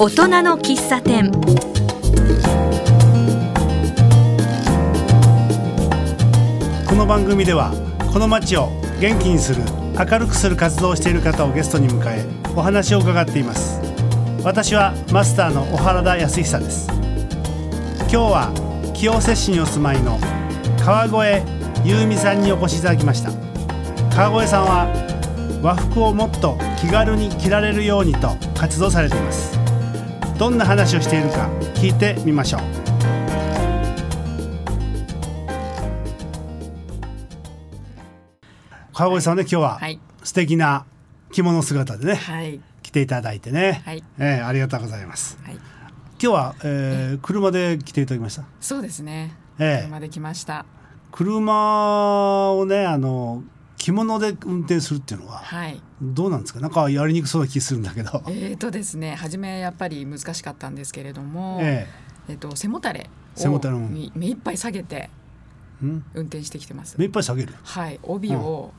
大人の喫茶店この番組ではこの街を元気にする明るくする活動をしている方をゲストに迎えお話を伺っています私はマスターの小原田康久です今日は清瀬市にお住まいの川越優美さんにお越しいただきました川越さんは和服をもっと気軽に着られるようにと活動されていますどんな話をしているか聞いてみましょう川越さんね今日ははい素敵な着物姿でね、はい来ていただいてね、はいえーありがとうございますはい今日は、えー車で来ていただきましたそうですね、ええ車で来ました車をねあの着物で運転するっていうのははいどうなんですかなんかやりにくそうな気するんだけどえーとですね初めやっぱり難しかったんですけれども、ええーと背もたれを背もたれをに目いっぱい下げえてうん運転してきてます目いっぱい下げるはい帯を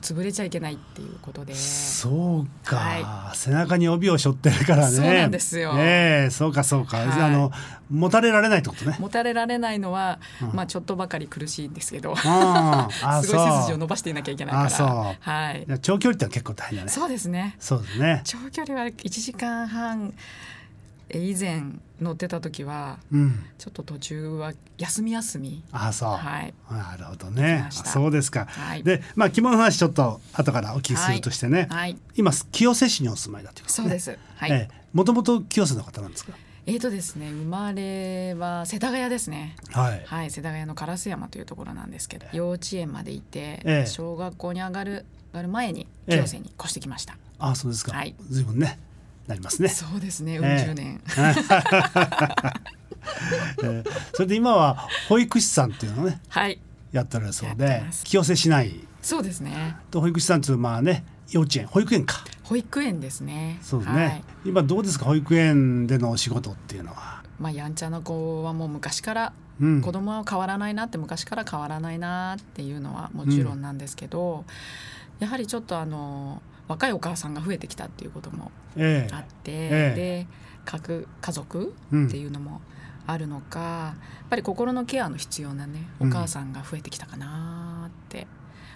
潰れちゃいけないっていうことで、そうか、は背中に帯を背負ってるからねそうなんですよええそうかそうか、はいあの持たれられないってことね持たれられないのは、まあちょっとばかり苦しいんですけどすあーあー ごい背筋を伸ばしていなきゃいけないからあそうはいじゃあ長距離ってのは結構大変だねそうですねそうですね長距離は1時間半え以前乗ってた時はうんちょっと途中は休み休みああそう、はいなるほどねきましたそうですか、はいでまあ着物の話ちょっと後からお聞きするとしてね、はいはい今清瀬市にお住まいだということそう ですはいええもともと清瀬の方なんですかえーとですね生まれは世田谷ですねはいはい世田谷の烏山というところなんですけど幼稚園までいて、ええ小学校に上がる上がる前にええ清瀬に越してきました、ああそうですか、はい随分ねなりますねそうですねうんええ十年、ええそれで今は保育士さんっていうのをねはいやってるそうやっでてます清瀬市内そうですねと保育士さんっていうまあね幼稚園保育園か保育園ですねそうですね、はい今どうですか保育園でのお仕事っていうのはまあ、やんちゃな子はもう昔から、うん子供は変わらないなって昔から変わらないなっていうのはもちろんなんですけど、やはりちょっとあの若いお母さんが増えてきたっていうこともええあって、ええで各家族うんっていうのもあるのか、やっぱり心のケアの必要なねお母さんが増えてきたかなって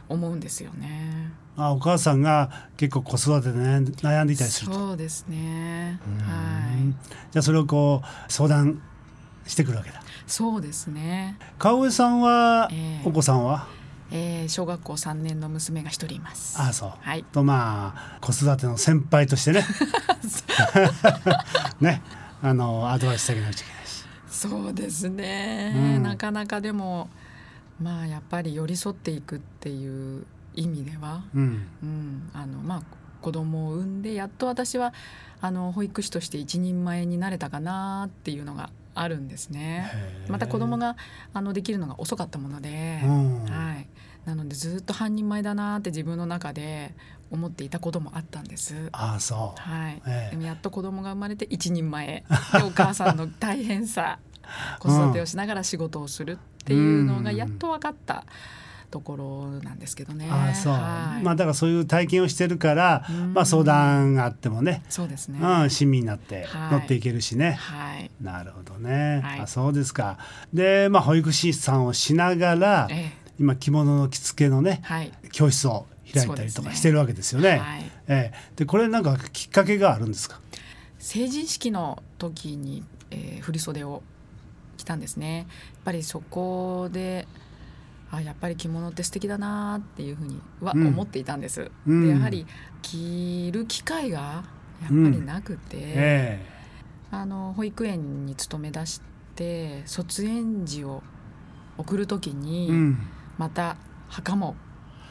思うんですよね。あお母さんが結構子育てで悩ん悩んでいたりするとそうですね、うんはい、じゃあそれをこう相談してくるわけだそうですね、川越さんは、ええお子さんはえー小学校3年の娘が一人います。ああそう、はいとまあ子育ての先輩として ねねあのアドバイスしてあげなくちゃいけないしそうですね、うんなかなかでもまあやっぱり寄り添っていくっていう意味では、うんうんあのまあ、子供を産んでやっと私はあの保育士として一人前になれたかなっていうのがあるんですねへ。えまた子供があのできるのが遅かったもので、うんはい、なのでずっと半人前だなって自分の中で思っていたこともあったんです。ああそう、はい、ええでもやっと子供が生まれて一人前 でお母さんの大変さ子育てをしながら仕事をするっていうのがやっと分かったところなんですけどね。ああそう、はいまあだからそういう体験をしてるから、まあ相談があってもね、そうですね、うん、親身になってはい乗っていけるしね、はい、なるほどね、はいあそうですかでまあ保育士さんをしながら、ええ今着物の着付けのね、はい、教室を開いたりとそうですかねしてるわけですよね。はいええでこれなんかきっかけがあるんですか。成人式の時に、えー振り袖を着たんですねやっぱりそこであやっぱり着物って素敵だなっていうふうにはうん思っていたんです、うんでやはり着る機会がやっぱりなくて、えあの保育園に勤め出して卒園児を送る時えに、うん。また袴も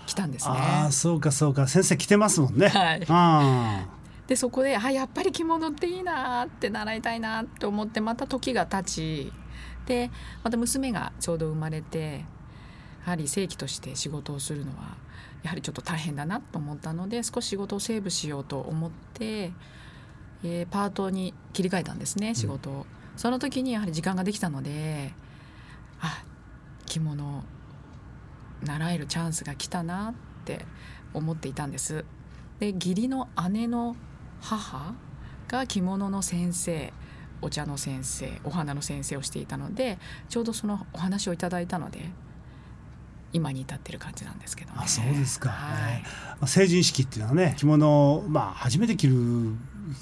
着たんですねああそうかそうか先生来てますもんね。はいああでそこであやっぱり着物っていいなーって習いたいなって思ってまた時が経ちでまた娘がちょうど生まれてやはり正規として仕事をするのはやはりちょっと大変だなと思ったので少し仕事をセーブしようと思って、えーパートに切り替えたんですね仕事を、その時にやはり時間ができたのであ着物を習えるチャンスが来たなって思っていたんです。で義理の姉の母が着物の先生お茶の先生お花の先生をしていたのでちょうどそのお話をいただいたので今に至ってる感じなんですけど、ね、あそうですか、はいねまあ成人式っていうのはね着物を、まあ、初めて着る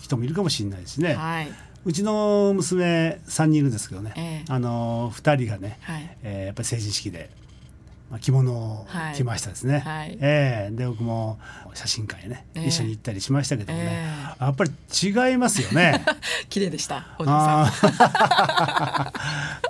人もいるかもしれないですね、はいうちの娘3人いるんですけどね、ええあの2人がね、はいえーやっぱり成人式で、まあ、着物をはい着ましたですね、はいええで僕も写真館へね、ええ一緒に行ったりしましたけどもね、えやっぱり違いますよ ね。綺麗でしたおじさあ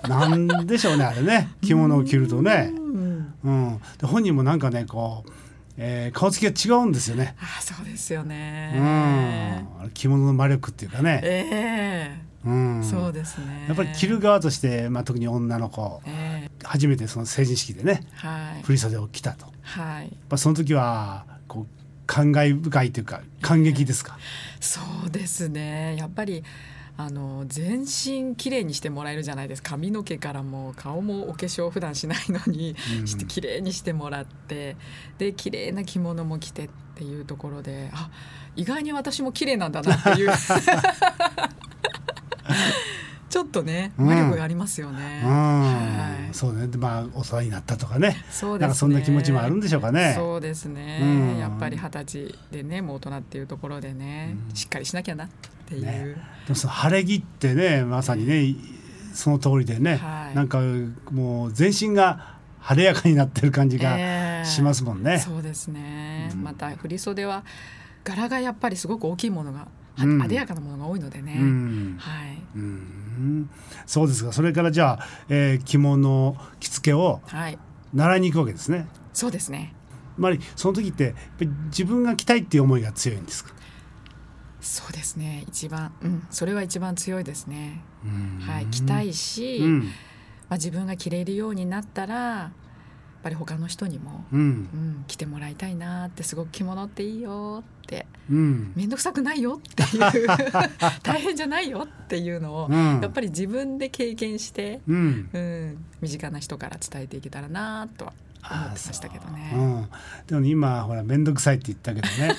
ーなんでしょうねあれね着物を着るとねん、うん、うん、で本人もなんかねこう、えー顔つきが違うんですよね、あそうですよねうんあれ着物の魔力っていうかね、ええうん、そうですねやっぱり着る側として、まあ、特に女の子ええ初めてその成人式でねはい振り袖を着たとやっはいぱその時はこう感慨深いというか感激ですか、そうですねやっぱりあの全身きれいにしてもらえるじゃないですか髪の毛からも顔もお化粧普段しないのにうんしてきれいにしてもらってで綺麗な着物も着てっていうところであ意外に私も綺麗なんだなっていう ちょっとねうん魔力がありますよね。うんはいそうねでまあ大人になったとかねそうですねなんかそんな気持ちもあるんでしょうかね。そうですね、うんやっぱり二十歳でねもう大人っていうところでね、うんしっかりしなきゃなっていう、ねでもその晴れ着ってねまさにねいその通りでね、はいなんかもう全身が晴れやかになってる感じがええしますもんね。そうですね、うんまた振袖は柄がやっぱりすごく大きいものが、はうん艶やかなものが多いのでね、うんはいうんそうですかそれからじゃあ、えー着物着付けをはい習いに行くわけですね。そうですねつまりその時ってやっぱり自分が着たいっていう思いが強いんですか、そうですね一番うんそれは一番強いですね、うんはい着たいし、うんまあ、自分が着れるようになったらやっぱり他の人にも、うんうん、着てもらいたいなってすごく着物っていいよってうん面倒くさくないよって いう大変じゃないよっていうのを、うんやっぱり自分で経験してうんうん、身近な人から伝えていけたらなとは思ってましたけどあね。そううん、でもね今ほら面倒くさいって言ったけどね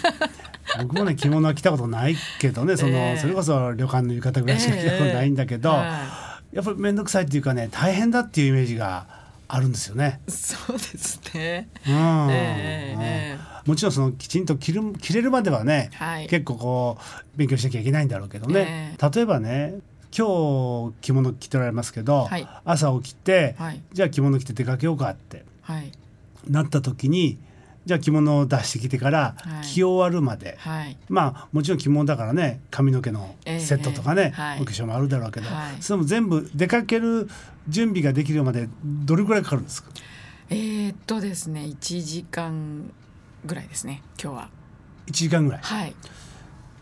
僕もね着物は着たことないけど ねその、ええそれこそ旅館の浴衣ぐらいしか着たことないんだけど、はやっぱり面倒くさいっていうかね大変だっていうイメージがあるんですよね。い、そうですね。うんええええうんもちろんそのきちんと着る着れるまではね、はい。結構こう勉強しなきゃいけないんだろうけどね、例えばね今日着物着ておられますけど、はい朝起きて、はい。じゃあ着物着て出かけようかってはい。なった時にじゃあ着物を出してきてからはい着終わるまで、はい。まあもちろん着物だからね髪の毛のええセットとかね、ええはいお化粧もあるだろうけど、はいそれも全部出かける準備ができるまでどれくらいかかるんですかえーっとですね、一時間ぐらいですね。今日は。 1時間ぐらい。はい。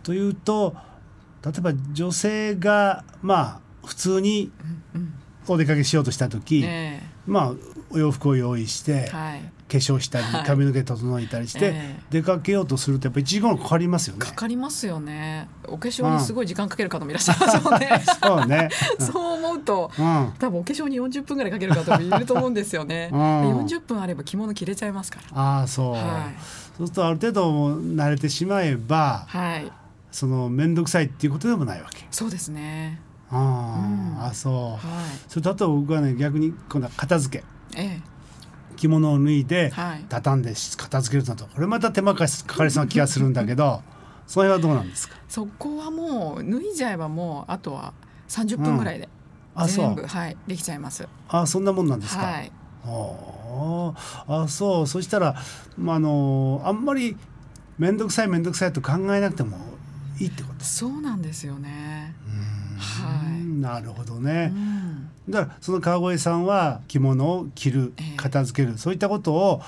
というと例えば女性がまあ普通にうん。お出かけしようとした時、えまあお洋服を用意して、えはい。化粧したりはい髪の毛整えたりして、ええ出かけようとするとやっぱり1時間かかりますよ ね。かかりますよね。お化粧にすごい時間かける方もいらっしゃいますよね。そうね。 そう思うと。うん多分お化粧に40分ぐらいかける方もいると思うんですよね。うん40分あれば着物着れちゃいますから。ああそう、はいそうするとある程度もう慣れてしまえばはい、その面倒くさいっていうことでもないわけそうですね。あー、うんあそう、はい、それとあと僕はね逆に今度は片付けえ着物を脱いで、え、はい。畳んで片付けるのとこれまた手間かかりそうな気がするんだけどその辺はどうなんですかそこはもう脱いじゃえばもうあとは30分ぐらいであそ全部、うはいできちゃいます。あそんなもんなんですか、はい、おーあそうそしたら、まあ、あのあんまり面倒くさい面倒くさいと考えなくてもいいってことそうなんですよね。うんはいなるほどねう、ん、だからその川越さんは着物を着るええ片付ける、そういったことを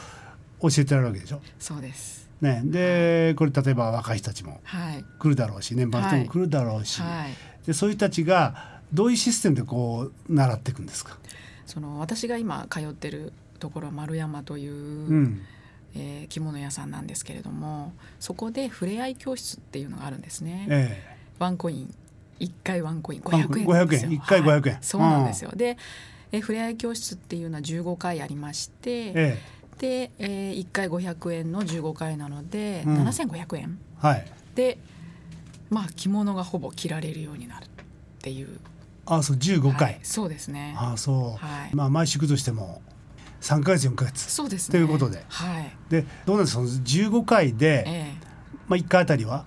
教えてられるわけでしょ。そうです。ね、でこれ例えば若い人たちもはい、来るだろうし年配の人も来るだろうし、はい。でそういう人たちがどういうシステムでこう習っていくんですか、その私が今通ってるところは丸山という、うんえー着物屋さんなんですけれども、そこでふれあい教室っていうのがあるんですね。えワンコイン一回ワンコインワンコ500イン円なんですよ500円一回500円はいそうなんですよ、でえふれあい教室っていうのは15回ありまして、ええで、えー、1回500円の15回なので、うん7500円えはいでまあ着物がほぼ着られるようになるっていうあそう15は回い、そうですねあそう、はいまあ毎宿としても3ヶ月4ヶ月そうですねということではいでどうなんですかその15回で、えまあ、1回あたりは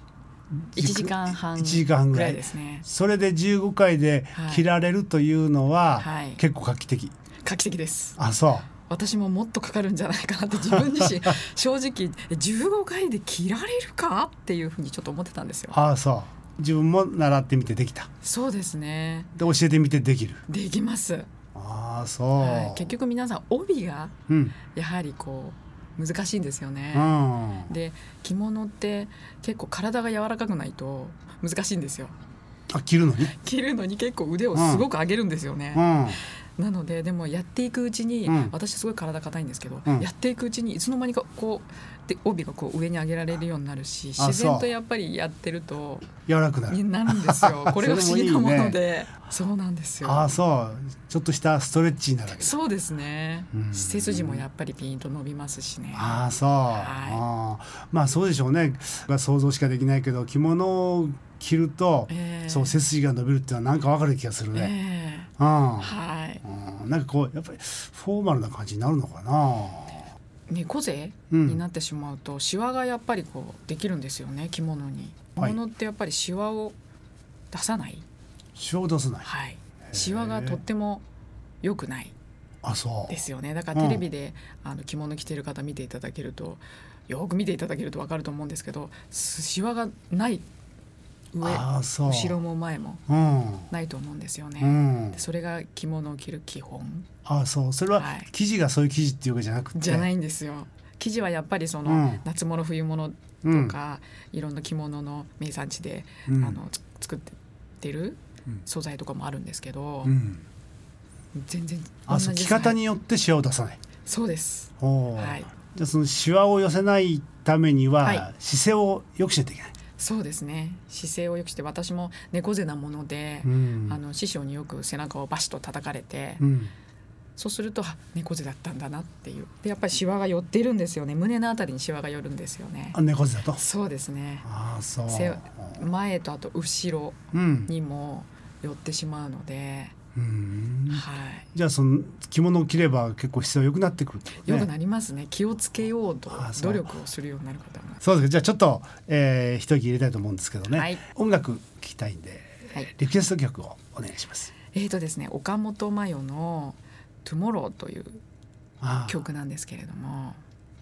え、1時間半1時間半ぐらいですねそれで15回ではい切られるというのは、はい結構画期的画期的ですあそう私ももっとかかるんじゃないかなって自分 自身正直15回で着られるかっていうふうにちょっと思ってたんですよあそう自分も習ってみてできたそうですねで教えてみてできるできます、ああそう、はい、結局皆さん帯がうんやはりこう難しいんですよね、うんで着物って結構体が柔らかくないと難しいんですよあ切るのに、着るのに結構腕をすごく上げるんですよねう、ん、なのででもやっていくうちに、うん私すごい体硬いんですけど、うんやっていくうちにいつの間にかこうで帯がこう上に上げられるようになるしあ自然そとうやっぱりやってる と柔らかくなる、になるんですよこれが不思議なものでそうなんですよああそうちょっとしたストレッチになるわけだそうですねうん背筋もやっぱりピンと伸びますしねああそう、ああまあそうでしょうね想像しかできないけど着物を着ると、ええそう背筋が伸びるっていうのはなんかわかる気がするね、ええうんはいうんなんかこうやっぱりフォーマルな感じになるのかな猫背うんになってしまうとシワがやっぱりこうできるんですよね着物に着はい物ってやっぱりシワを出さない手を出さないはいシワがとっても良くないあそうですよねだからテレビで、あの着物着てる方見ていただけるとよく見ていただけると分かると思うんですけどすしわがない上ああそう後ろも前もうん、ないと思うんですよね、うんで、それが着物を着る基本ああそうそれははい生地がそういう生地っていうわけじゃなくてじゃないいんですよ生地はやっぱりその、うん夏物冬物とか、いろんな着物の名産地で、うんあのつ作ってるうん素材とかもあるんですけど、うん、全然あそう同じ着ですね方によってシワを出さないそうですおお、はいじゃあそのシワを寄せないためには、はい姿勢を良くしないといけない、そうですね姿勢を良くして私も猫背なもので、うんあの師匠によく背中をバシッと叩かれて、うん、そうするとあ猫背だったんだなっていうでやっぱりシワが寄ってるんですよね胸のあたりにシワが寄るんですよねあ猫背だとそうですねああそう背前とあと後ろうんにも寄ってしまうので、うんはいじゃあその着物を着れば結構姿勢は良くなってくるってことねよくなりますね気をつけようとあそう努力をするようになる方もそうですかじゃあちょっと、えー、一息入れたいと思うんですけどね、はい音楽聴きたいんで、はいリクエスト曲をお願いしますえーとですね岡本真代の「Tomorrow」というああ曲なんですけれども。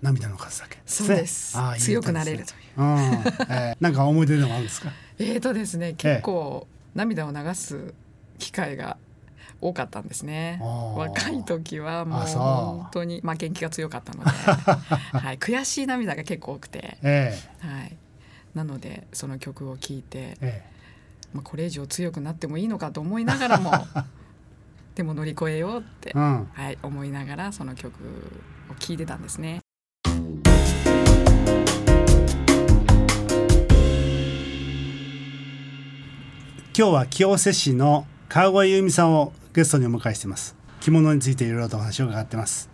涙の数だけそうですああいい歌強くなれるですねうん、えー、なんか思い出でもあるんです かえーとですね結構涙を流す機会が多かったんですねおー若い時はもうあそう本当にまあ元気が強 かったので、はい、悔しい涙が結構多くて、えはい、なのでその曲を聴いてえ、えまあ、これ以上強くなってもいいのかと思いながら もでも乗り越えようってえ、う、んはい、思いながらその曲を聴いてたんですね。今日は清瀬市の川越由美さんをゲストにお迎えしています着物についていろいろとお話を伺ってます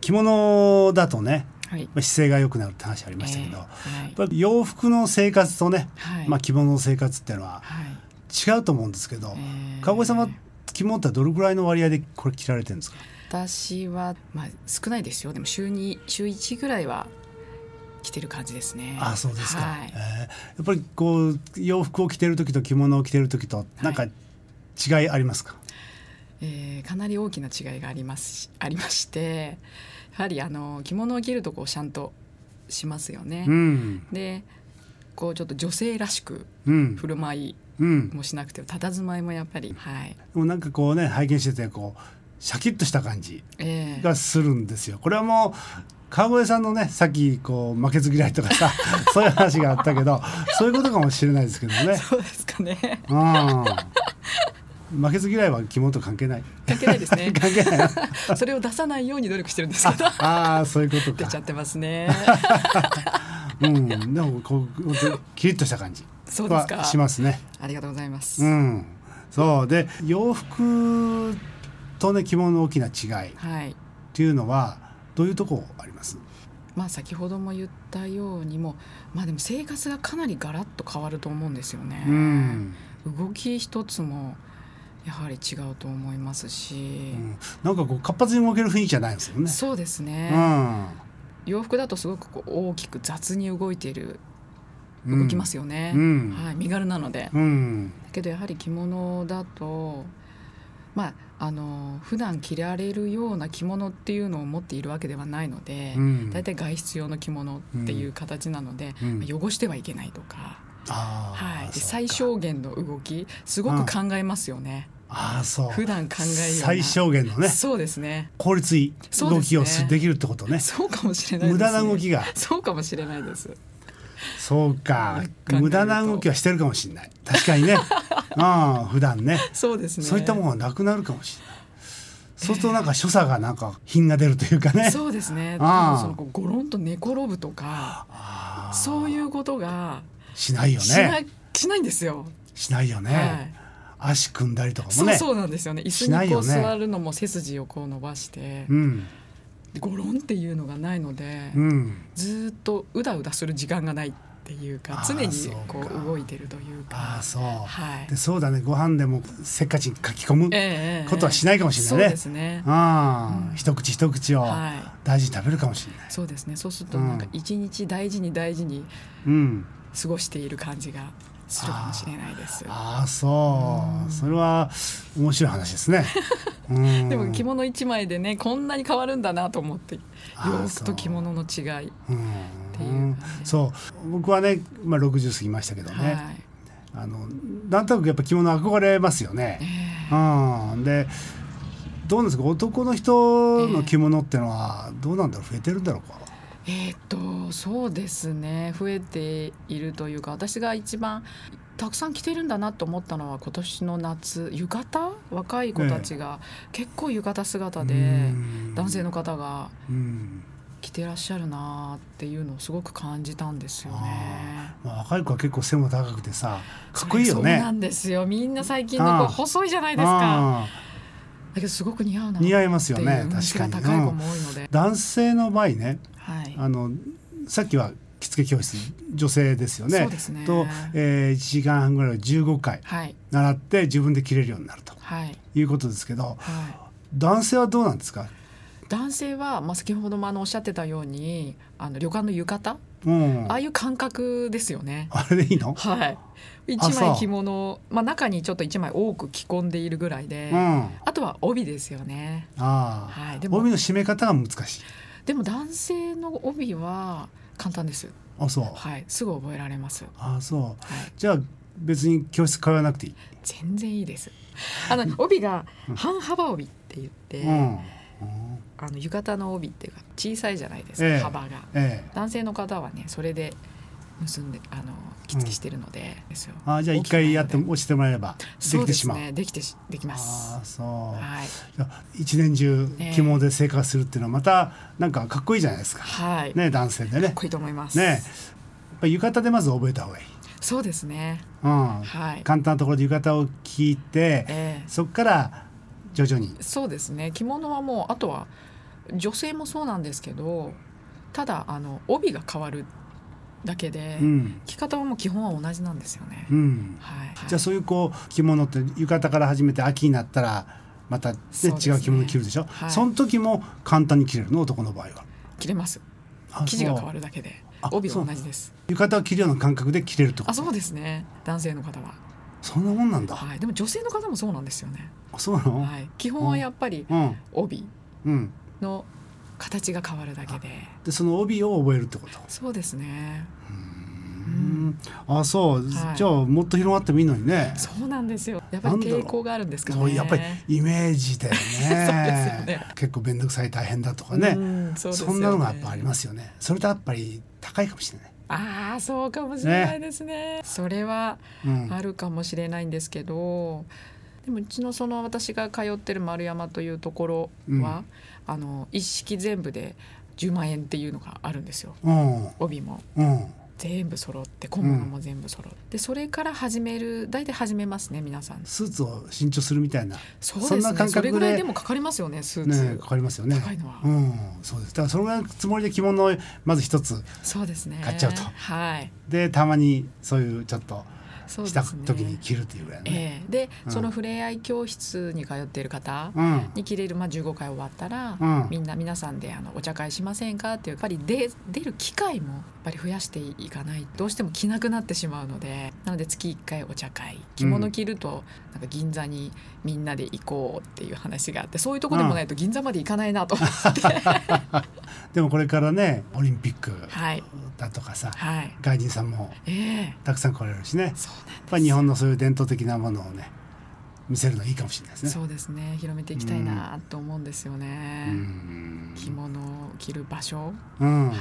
着物だとねはいまあ姿勢が良くなるって話ありましたけど、えーやはいっぱり洋服の生活とね、はいまあ、着物の生活っていうのははい違うと思うんですけど、えー川越さんは着物ってどれぐらいの割合でこれ着られてるんですか私はまあ少ないですよでも週に週一ぐらいは来てる感じですねあそうですか、はいえーやっぱりこう洋服を着てる時と着物を着てる時となんか違いありますか、えーかなり大きな違いがありますしありましてやはりあの着物を着るとこうシャンとしますよね、うんでこうちょっと女性らしくうん振る舞いうんでもしなくて佇まいもやっぱりはい、もなんかこうね拝見しててこうシャキッとした感じえーがするんですよこれはもう川越さんのねさっきこう負けず嫌いとかさ そういう話があったけどそういうことかもしれないですけどねそうですかねうん負けず嫌いは着物と関係ない関係ないで すね関係 ないそれを出さないように努力してるんですけどああそういうこと出ちゃかってま すねうんでもこうキリッとした感じそうですかはしますねありがとうございます、うんそうで洋服とね着物の大きな違いっはいていうのはどういうとこありますまあ、先ほども言ったようにもう、まあ、でも生活がかなりガラッと変わると思うんですよね。うん動き一つもやはり違うと思いますしう、んなんかこう活発に動ける雰囲気じゃないですよね。そうですうね、ん洋服だとすごくこう大きく雑に動いているうん動きますよね、うんはい、身軽なのでうんだけどやはり着物だとまああの普段着られるような着物っていうのを持っているわけではないので、うんだいたい外出用の着物っていう形なので、うんまあ汚してはいけないとか、あーはい、でそうか最小限の動きすごく考えますよね、ああそう普段考えような最小限のねそうですね効率いいそう動ですきねをすで,、きるってことねそうかもしれないです、無駄ね、な動きがそうかもしれないですそうか考えると無駄な動きはしてるかもしれない確かに ねああ普段ねそうですねそういったものがなくなるかもしれないそうするとなんか所作がなんか品が出るというかねそうですねああ多分そのこうゴロンと寝転ぶとかああそういうことがしないよしな,、ねしないんですよ、しないよね、はい足組んだりとかもそうねそうなんですよね椅しな子いにこようね座るのも背筋をこう伸ばしてうんゴロンっていうのがないので、うんずーっとうだうだする時間がないっていうあかあ常にそうこかう動いてるというあかあそう、はいでそうだねご飯でもせっかちに書き込むええええことはしないかもしれないねそうですねああ、うん一口一口をはい大事に食べるかもしれない、そうですねそうするとうんなんか一日大事に大事にうん過ごしている感じがするかもしれないですああそう、それは面白い話です ね、うんでも着物一枚でねこんなに変わるんだなと思って洋あー服と着物の違いっていううん感じそう僕はね、まあ、60過ぎましたけどね、はいあのなんとなくやっぱ着物憧れますよね。うん、でどうなんですか男の人の着物ってのはどうなんだろう増えてるんだろうか。えーっとそうですね増えているというか私が一番たくさん着てるんだなと思ったのは今年の夏浴衣若い子たちが結構浴衣姿でうん男性の方がうん着てらっしゃるなーっていうのをすごく感じたんですよね。まあ、若い子は結構背も高くてさかっこいいよそうね。なんですよ。みんな最近ねこああう細いじゃないですか。あだけどすごく似合うなあっていう。似合いますよねう確んかに背が高い子も多いので。男性の場合ねはい。あのさっきは着付け教室女性ですよねそうですねと、えー、1時間半ぐらいを15回はい習って自分で着れるようになるとはいいうことですけどは男性はどうなんですか、い。男性はまあ先ほどもあのおっしゃってたようにあの旅館の浴衣うん、あああいう感覚ですよね。れでいいの、はあい。一枚着物まあ中にちょっと一枚多く着込んでいるぐらいでう、ん、ああとは帯ですよね。あ、はい。でも帯の締め方が難しいでも男性の帯は簡単です。あそうはい、すぐ覚えられます。あそうはい、じゃあ別に教室通わなくていい、全然い いです。あの帯が半幅帯って言って、うん、うんあの浴衣の帯っていうか小さいじゃないですか、ええ幅が。ええ男性の方はね、それで結んであの着付けしてるので、ですよ。あじゃあ一回やって落ちてもらえばでそうきでてすしまうね。できてしできます。ああそう、はいじゃあ一年中ええ着物で生活するっていうのはまたなんかかっこいいじゃないですか、はい。ね男性でかっねこいいと思います。ねやっぱ浴衣でまず覚えた方がいい、そうですね。うんはい。簡単なところで浴衣を着て、ええそこから徐々にそうですね着物はもうあとは女性もそうなんですけどただあの帯が変わるだけで、うん着方はもう基本は同じなんですよね、うんはいじゃあそういうこう着物って浴衣から始めて秋になったらまた、ねそうです違ねう着物着るでしょ、はいその時も簡単に着れるの男の場合は着れますあ生地が変そわるだけであ帯そはう同じですう浴衣を着るような感覚で着れるってこあとそうですね男性の方は、そんなもんなんだ、はい、でも女性の方もそうなんですよね、あそうなの、はい、基本はやっぱりうん帯うんの形が変わるだけででその帯を覚えるってことそうですねうんあそう、はいじゃあもっと広がってもいいのにねそうなんですよやっぱりなんだろう抵抗があるんですかそうねやっぱりイメージだよ そうですねよね結構面倒くさい大変だとかね,、うんそうですよそねんなのがやっぱありますよねそれとやっぱり高いかもしれない、ああそうかもしれないですねそれはうん、あるかもしれないんですけど、でもうちのその私が通ってる丸山というところは、あの一式全部で10万円っていうのがあるんですようん帯もうん全部揃って小物も全部揃って、でそれから始める大体始めますね皆さんスーツを新調するみたいなそうですそんねな感覚でそれぐらいでもかかりますよねスーツ、ねかかりますよね高いのはうんそうですだからそのぐらいのつもりで着物をまず一つそうですね買っちゃうとはいでたまにそういうちょっとそうでしすねた時に着るっていうぐらいねええで、うんそのふれあい教室に通っている方うんに切れる、まあ、15回終わったら、うんみんな皆さんであのお茶会しませんかっていうやっぱり出出る機会もやっぱり増やしていかないどうしても着なくなってしまうのでなので月1回お茶会着物着るとなんか銀座にみんなで行こうっていう話があってそういうとこでもないと銀座まで行かない なと思って、でもこれからねオリンピックはいだとかさはい外人さんもええたくさん来られるしねそうなんですやっぱり日本のそういう伝統的なものをね見せるのいいかもしれないですね。そうですね広めていきたいなと思うんですようね、ん着物を着る場所、うんは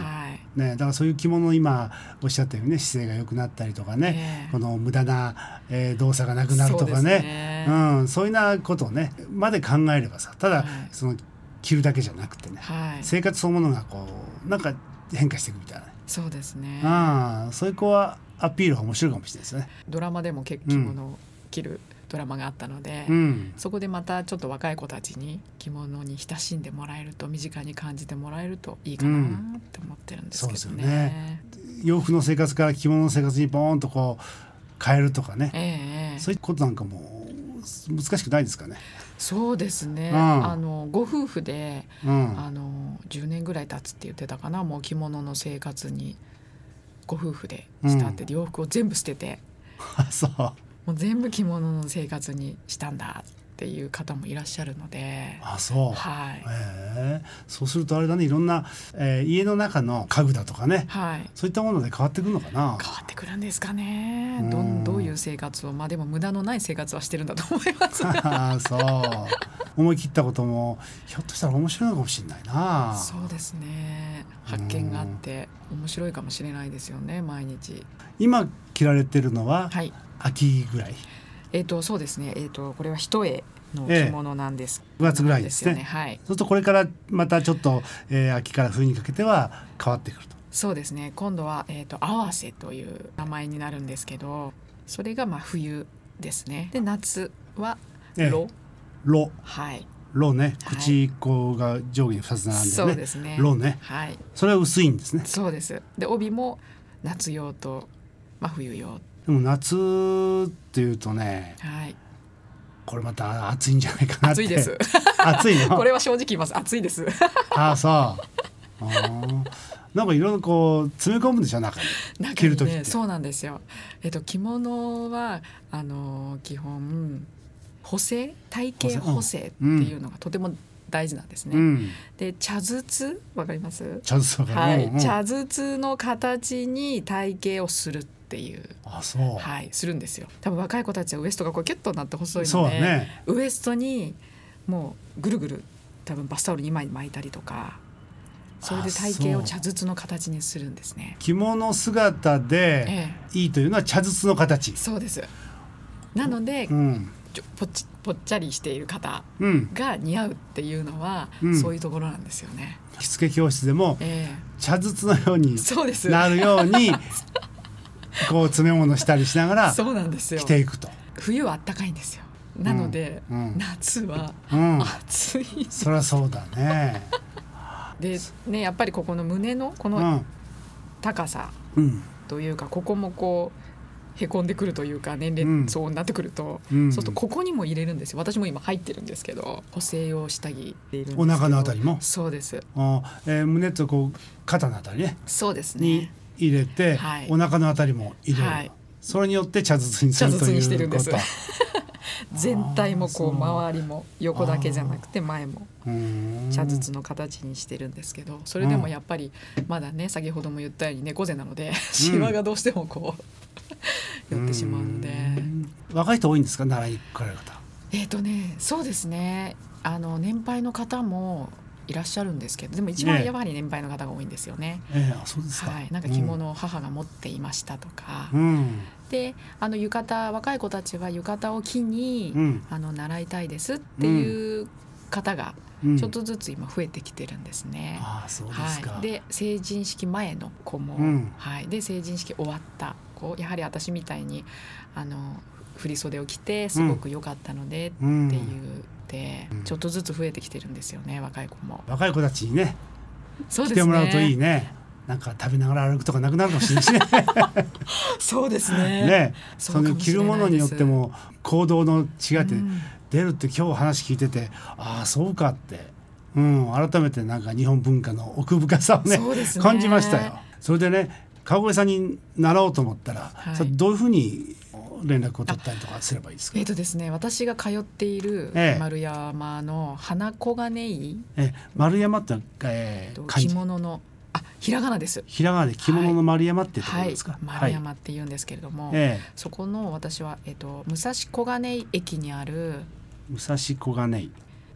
いね、だからそういう着物を今おっしゃったようにね姿勢が良くなったりとかね、ええこの無駄な、えー動作がなくなるとかそうですねねうん、そういうなことをねまで考えればさただ、はいその着るだけじゃなくてね、はい生活そのものがこうなんか変化していくみたいなね、そうですねああそういう子はアピールは面白いかもしれないですね。ドラマでも結う着ん物を着るドラマがあったので、うんそこでまたちょっと若い子たちに着物に親しんでもらえると身近に感じてもらえるといいかうなんって思ってるんですけそどうですよねね。洋服の生活から着物の生活にボーンとこう変えるとかねええええそういうことなんかも難しくないですかね。そうですね、うんあのご夫婦で、うん、あの10年ぐらい経つって言ってたかなもう着物の生活にご夫婦でしたって、洋服を全部捨てて そうもう全部着物の生活にしたんだっていう方もいらっしゃるので、あそう、はい、へえそうするとあれだねいろんな、えー家の中の家具だとかねはい、そういったもので変わってくるのかな変わってくるんですかねうんどんどういう生活をまあでも無駄のない生活はしてるんだと思いますあ ーそう思い切ったこともひょっとしたら面白いのかもしれないなそうですね発見があって面白いかもしれないですよね毎日今着られてるのははい秋ぐらい、えっ、とそうですねえっ、とこれは一重の着物なんです、ええ五月ぐらいですねなんよはいそうするとこれからまたちょっと、えー秋から冬にかけては変わってくるとそうですね今度はえっ、と合わせという名前になるんですけどそれがまあ冬ですねで夏はええロ、ロはいロねはい口こうが上下に2つ並そうんででねすねロねはいそれは薄いんですねそうですで帯も夏用と真冬用でも夏っていうとねはいこれまた暑いんじゃないかなって暑いです暑いの これは正直言います暑いですああそうあーなんかいろいろこう詰め込むんでしょ中に中 に着る時ってそうなんですよえっと着物はあのー基本補正体型補補正正っていうのがとても大事なんですね、うんで茶筒わかりますチャンスだから、はういんうん茶筒の形に体型をするっていうあそう、はいするんですよ多分若い子たちはウエストがこうキュッとなって細いそうのだで、ねウエストにもうぐるぐる多分バスタオル2枚巻いたりとかそれで体型をあそう茶筒の形にするんですね。着物姿でえいいというのは茶筒の形え、そうですなのでうんちょぽっちぽっちゃりしている方うん、が似合うっていうのは、うんそういうところなんですよね。着付け教室でもえ茶筒のようにえ、そうですなるよう にこう詰め物したりしながらそうなんですよ着ていくと、冬は暖かいんですよなので、うんうん夏はうん、暑い、そりゃそうだね、でねやっぱりここの胸のこうのん高さうんというかここもこうへこんでくるというか年う齢ん層になってくると、うんそうするとここにも入れるんですよ私も今入ってるんですけど補正用下着入れるんですけどお腹のあたりもそうですあーえー胸とこう肩のあたりねそうですにね入れて、はいお腹のあたりも入れる、はいそれによって茶筒にする茶と筒にしているうんこですと。全体もこうあーそう周りも横だけじゃなくて前もうーん茶筒の形にしてるんですけどそれでもやっぱりまだね先ほども言ったように猫背なので シワがどうしてもこう寄ってしまうのでうーん若い人多いんですか習いに来られる方えっ、とねそうですねあの年配の方もいらっしゃるんですけどでも一番ねえやはり年配の方が多いんですよね。ええあそうですか、はい、なんか着物を母が持っていましたとか、うんであの浴衣若い子たちは浴衣を着に、うんあの習いたいですっていう方がうんちょっとずつ今増えてきてるんですね。ああそうですか、はい、で成人式前の子も、うんはい、で成人式終わった子やはり私みたいにあの振り袖を着てすごく良かったのでってうんいうて、うんちょっとずつ増えてきてるんですよね若い子も。若い子たちにねそう来ですね。てもらうといいねなんか食べながら歩くとかなくなるかもしれないしねそうです ね。 ねそうそかものし着れるなもいですのによっても行動の違いってうん出るって今日話聞いててああそうかって、うん、改めてなんか日本文化の奥深さをねそうですね感じましたよ。それでね川越さんに習おうと思ったら、はいそれどういうふうに連絡を取ったりとかすればいいですかえっとですね、私が通っているええ丸山の花小金井、え丸山って、ええっーと漢着字物のあひらがなです。ひらがなで着物の丸山ってところはいですか、、丸山って言うんですけれども、ええそこの私は、えっと武蔵小金井駅にある武蔵小金井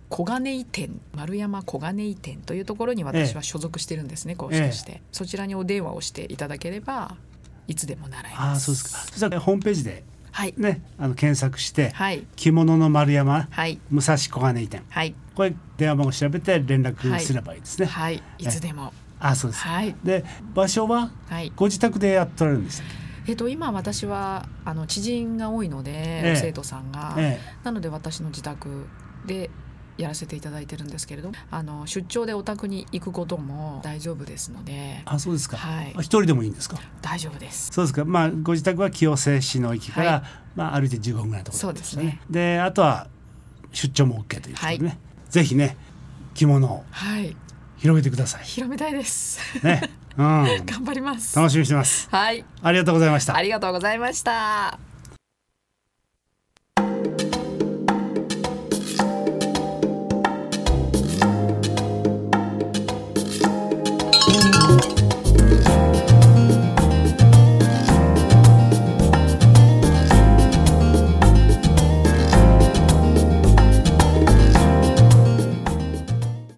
小金井店丸山小金井店というところに私は所属してるんですね、講師として、そちらにお電話をしていただければいつでも習いあまあそすうですかそしたらホームページではいねあの検索して、はい着物の丸山はい武蔵小金井店はいこれ電話番号調べて連絡すればいいですね、はいいつでもああそうです、はいで場所ははいご自宅でやっておられるんですえっと今私はあの知人が多いので、え生徒さんが、えなので私の自宅でやらせていただいてるんですけれどあの出張でお宅に行くことも大丈夫ですのであそうですか、はいあ一人でもいいんですか大丈夫ですそうですかまあご自宅は清瀬市の駅から、はまあ歩いて15分ぐらいのところそうですねであとは出張も OK ということでね、はぜひね着物をはい広げてください広めたいです。 ね、うん頑張ります。楽しみにしてますはい、ありがとうございましたありがとうございました。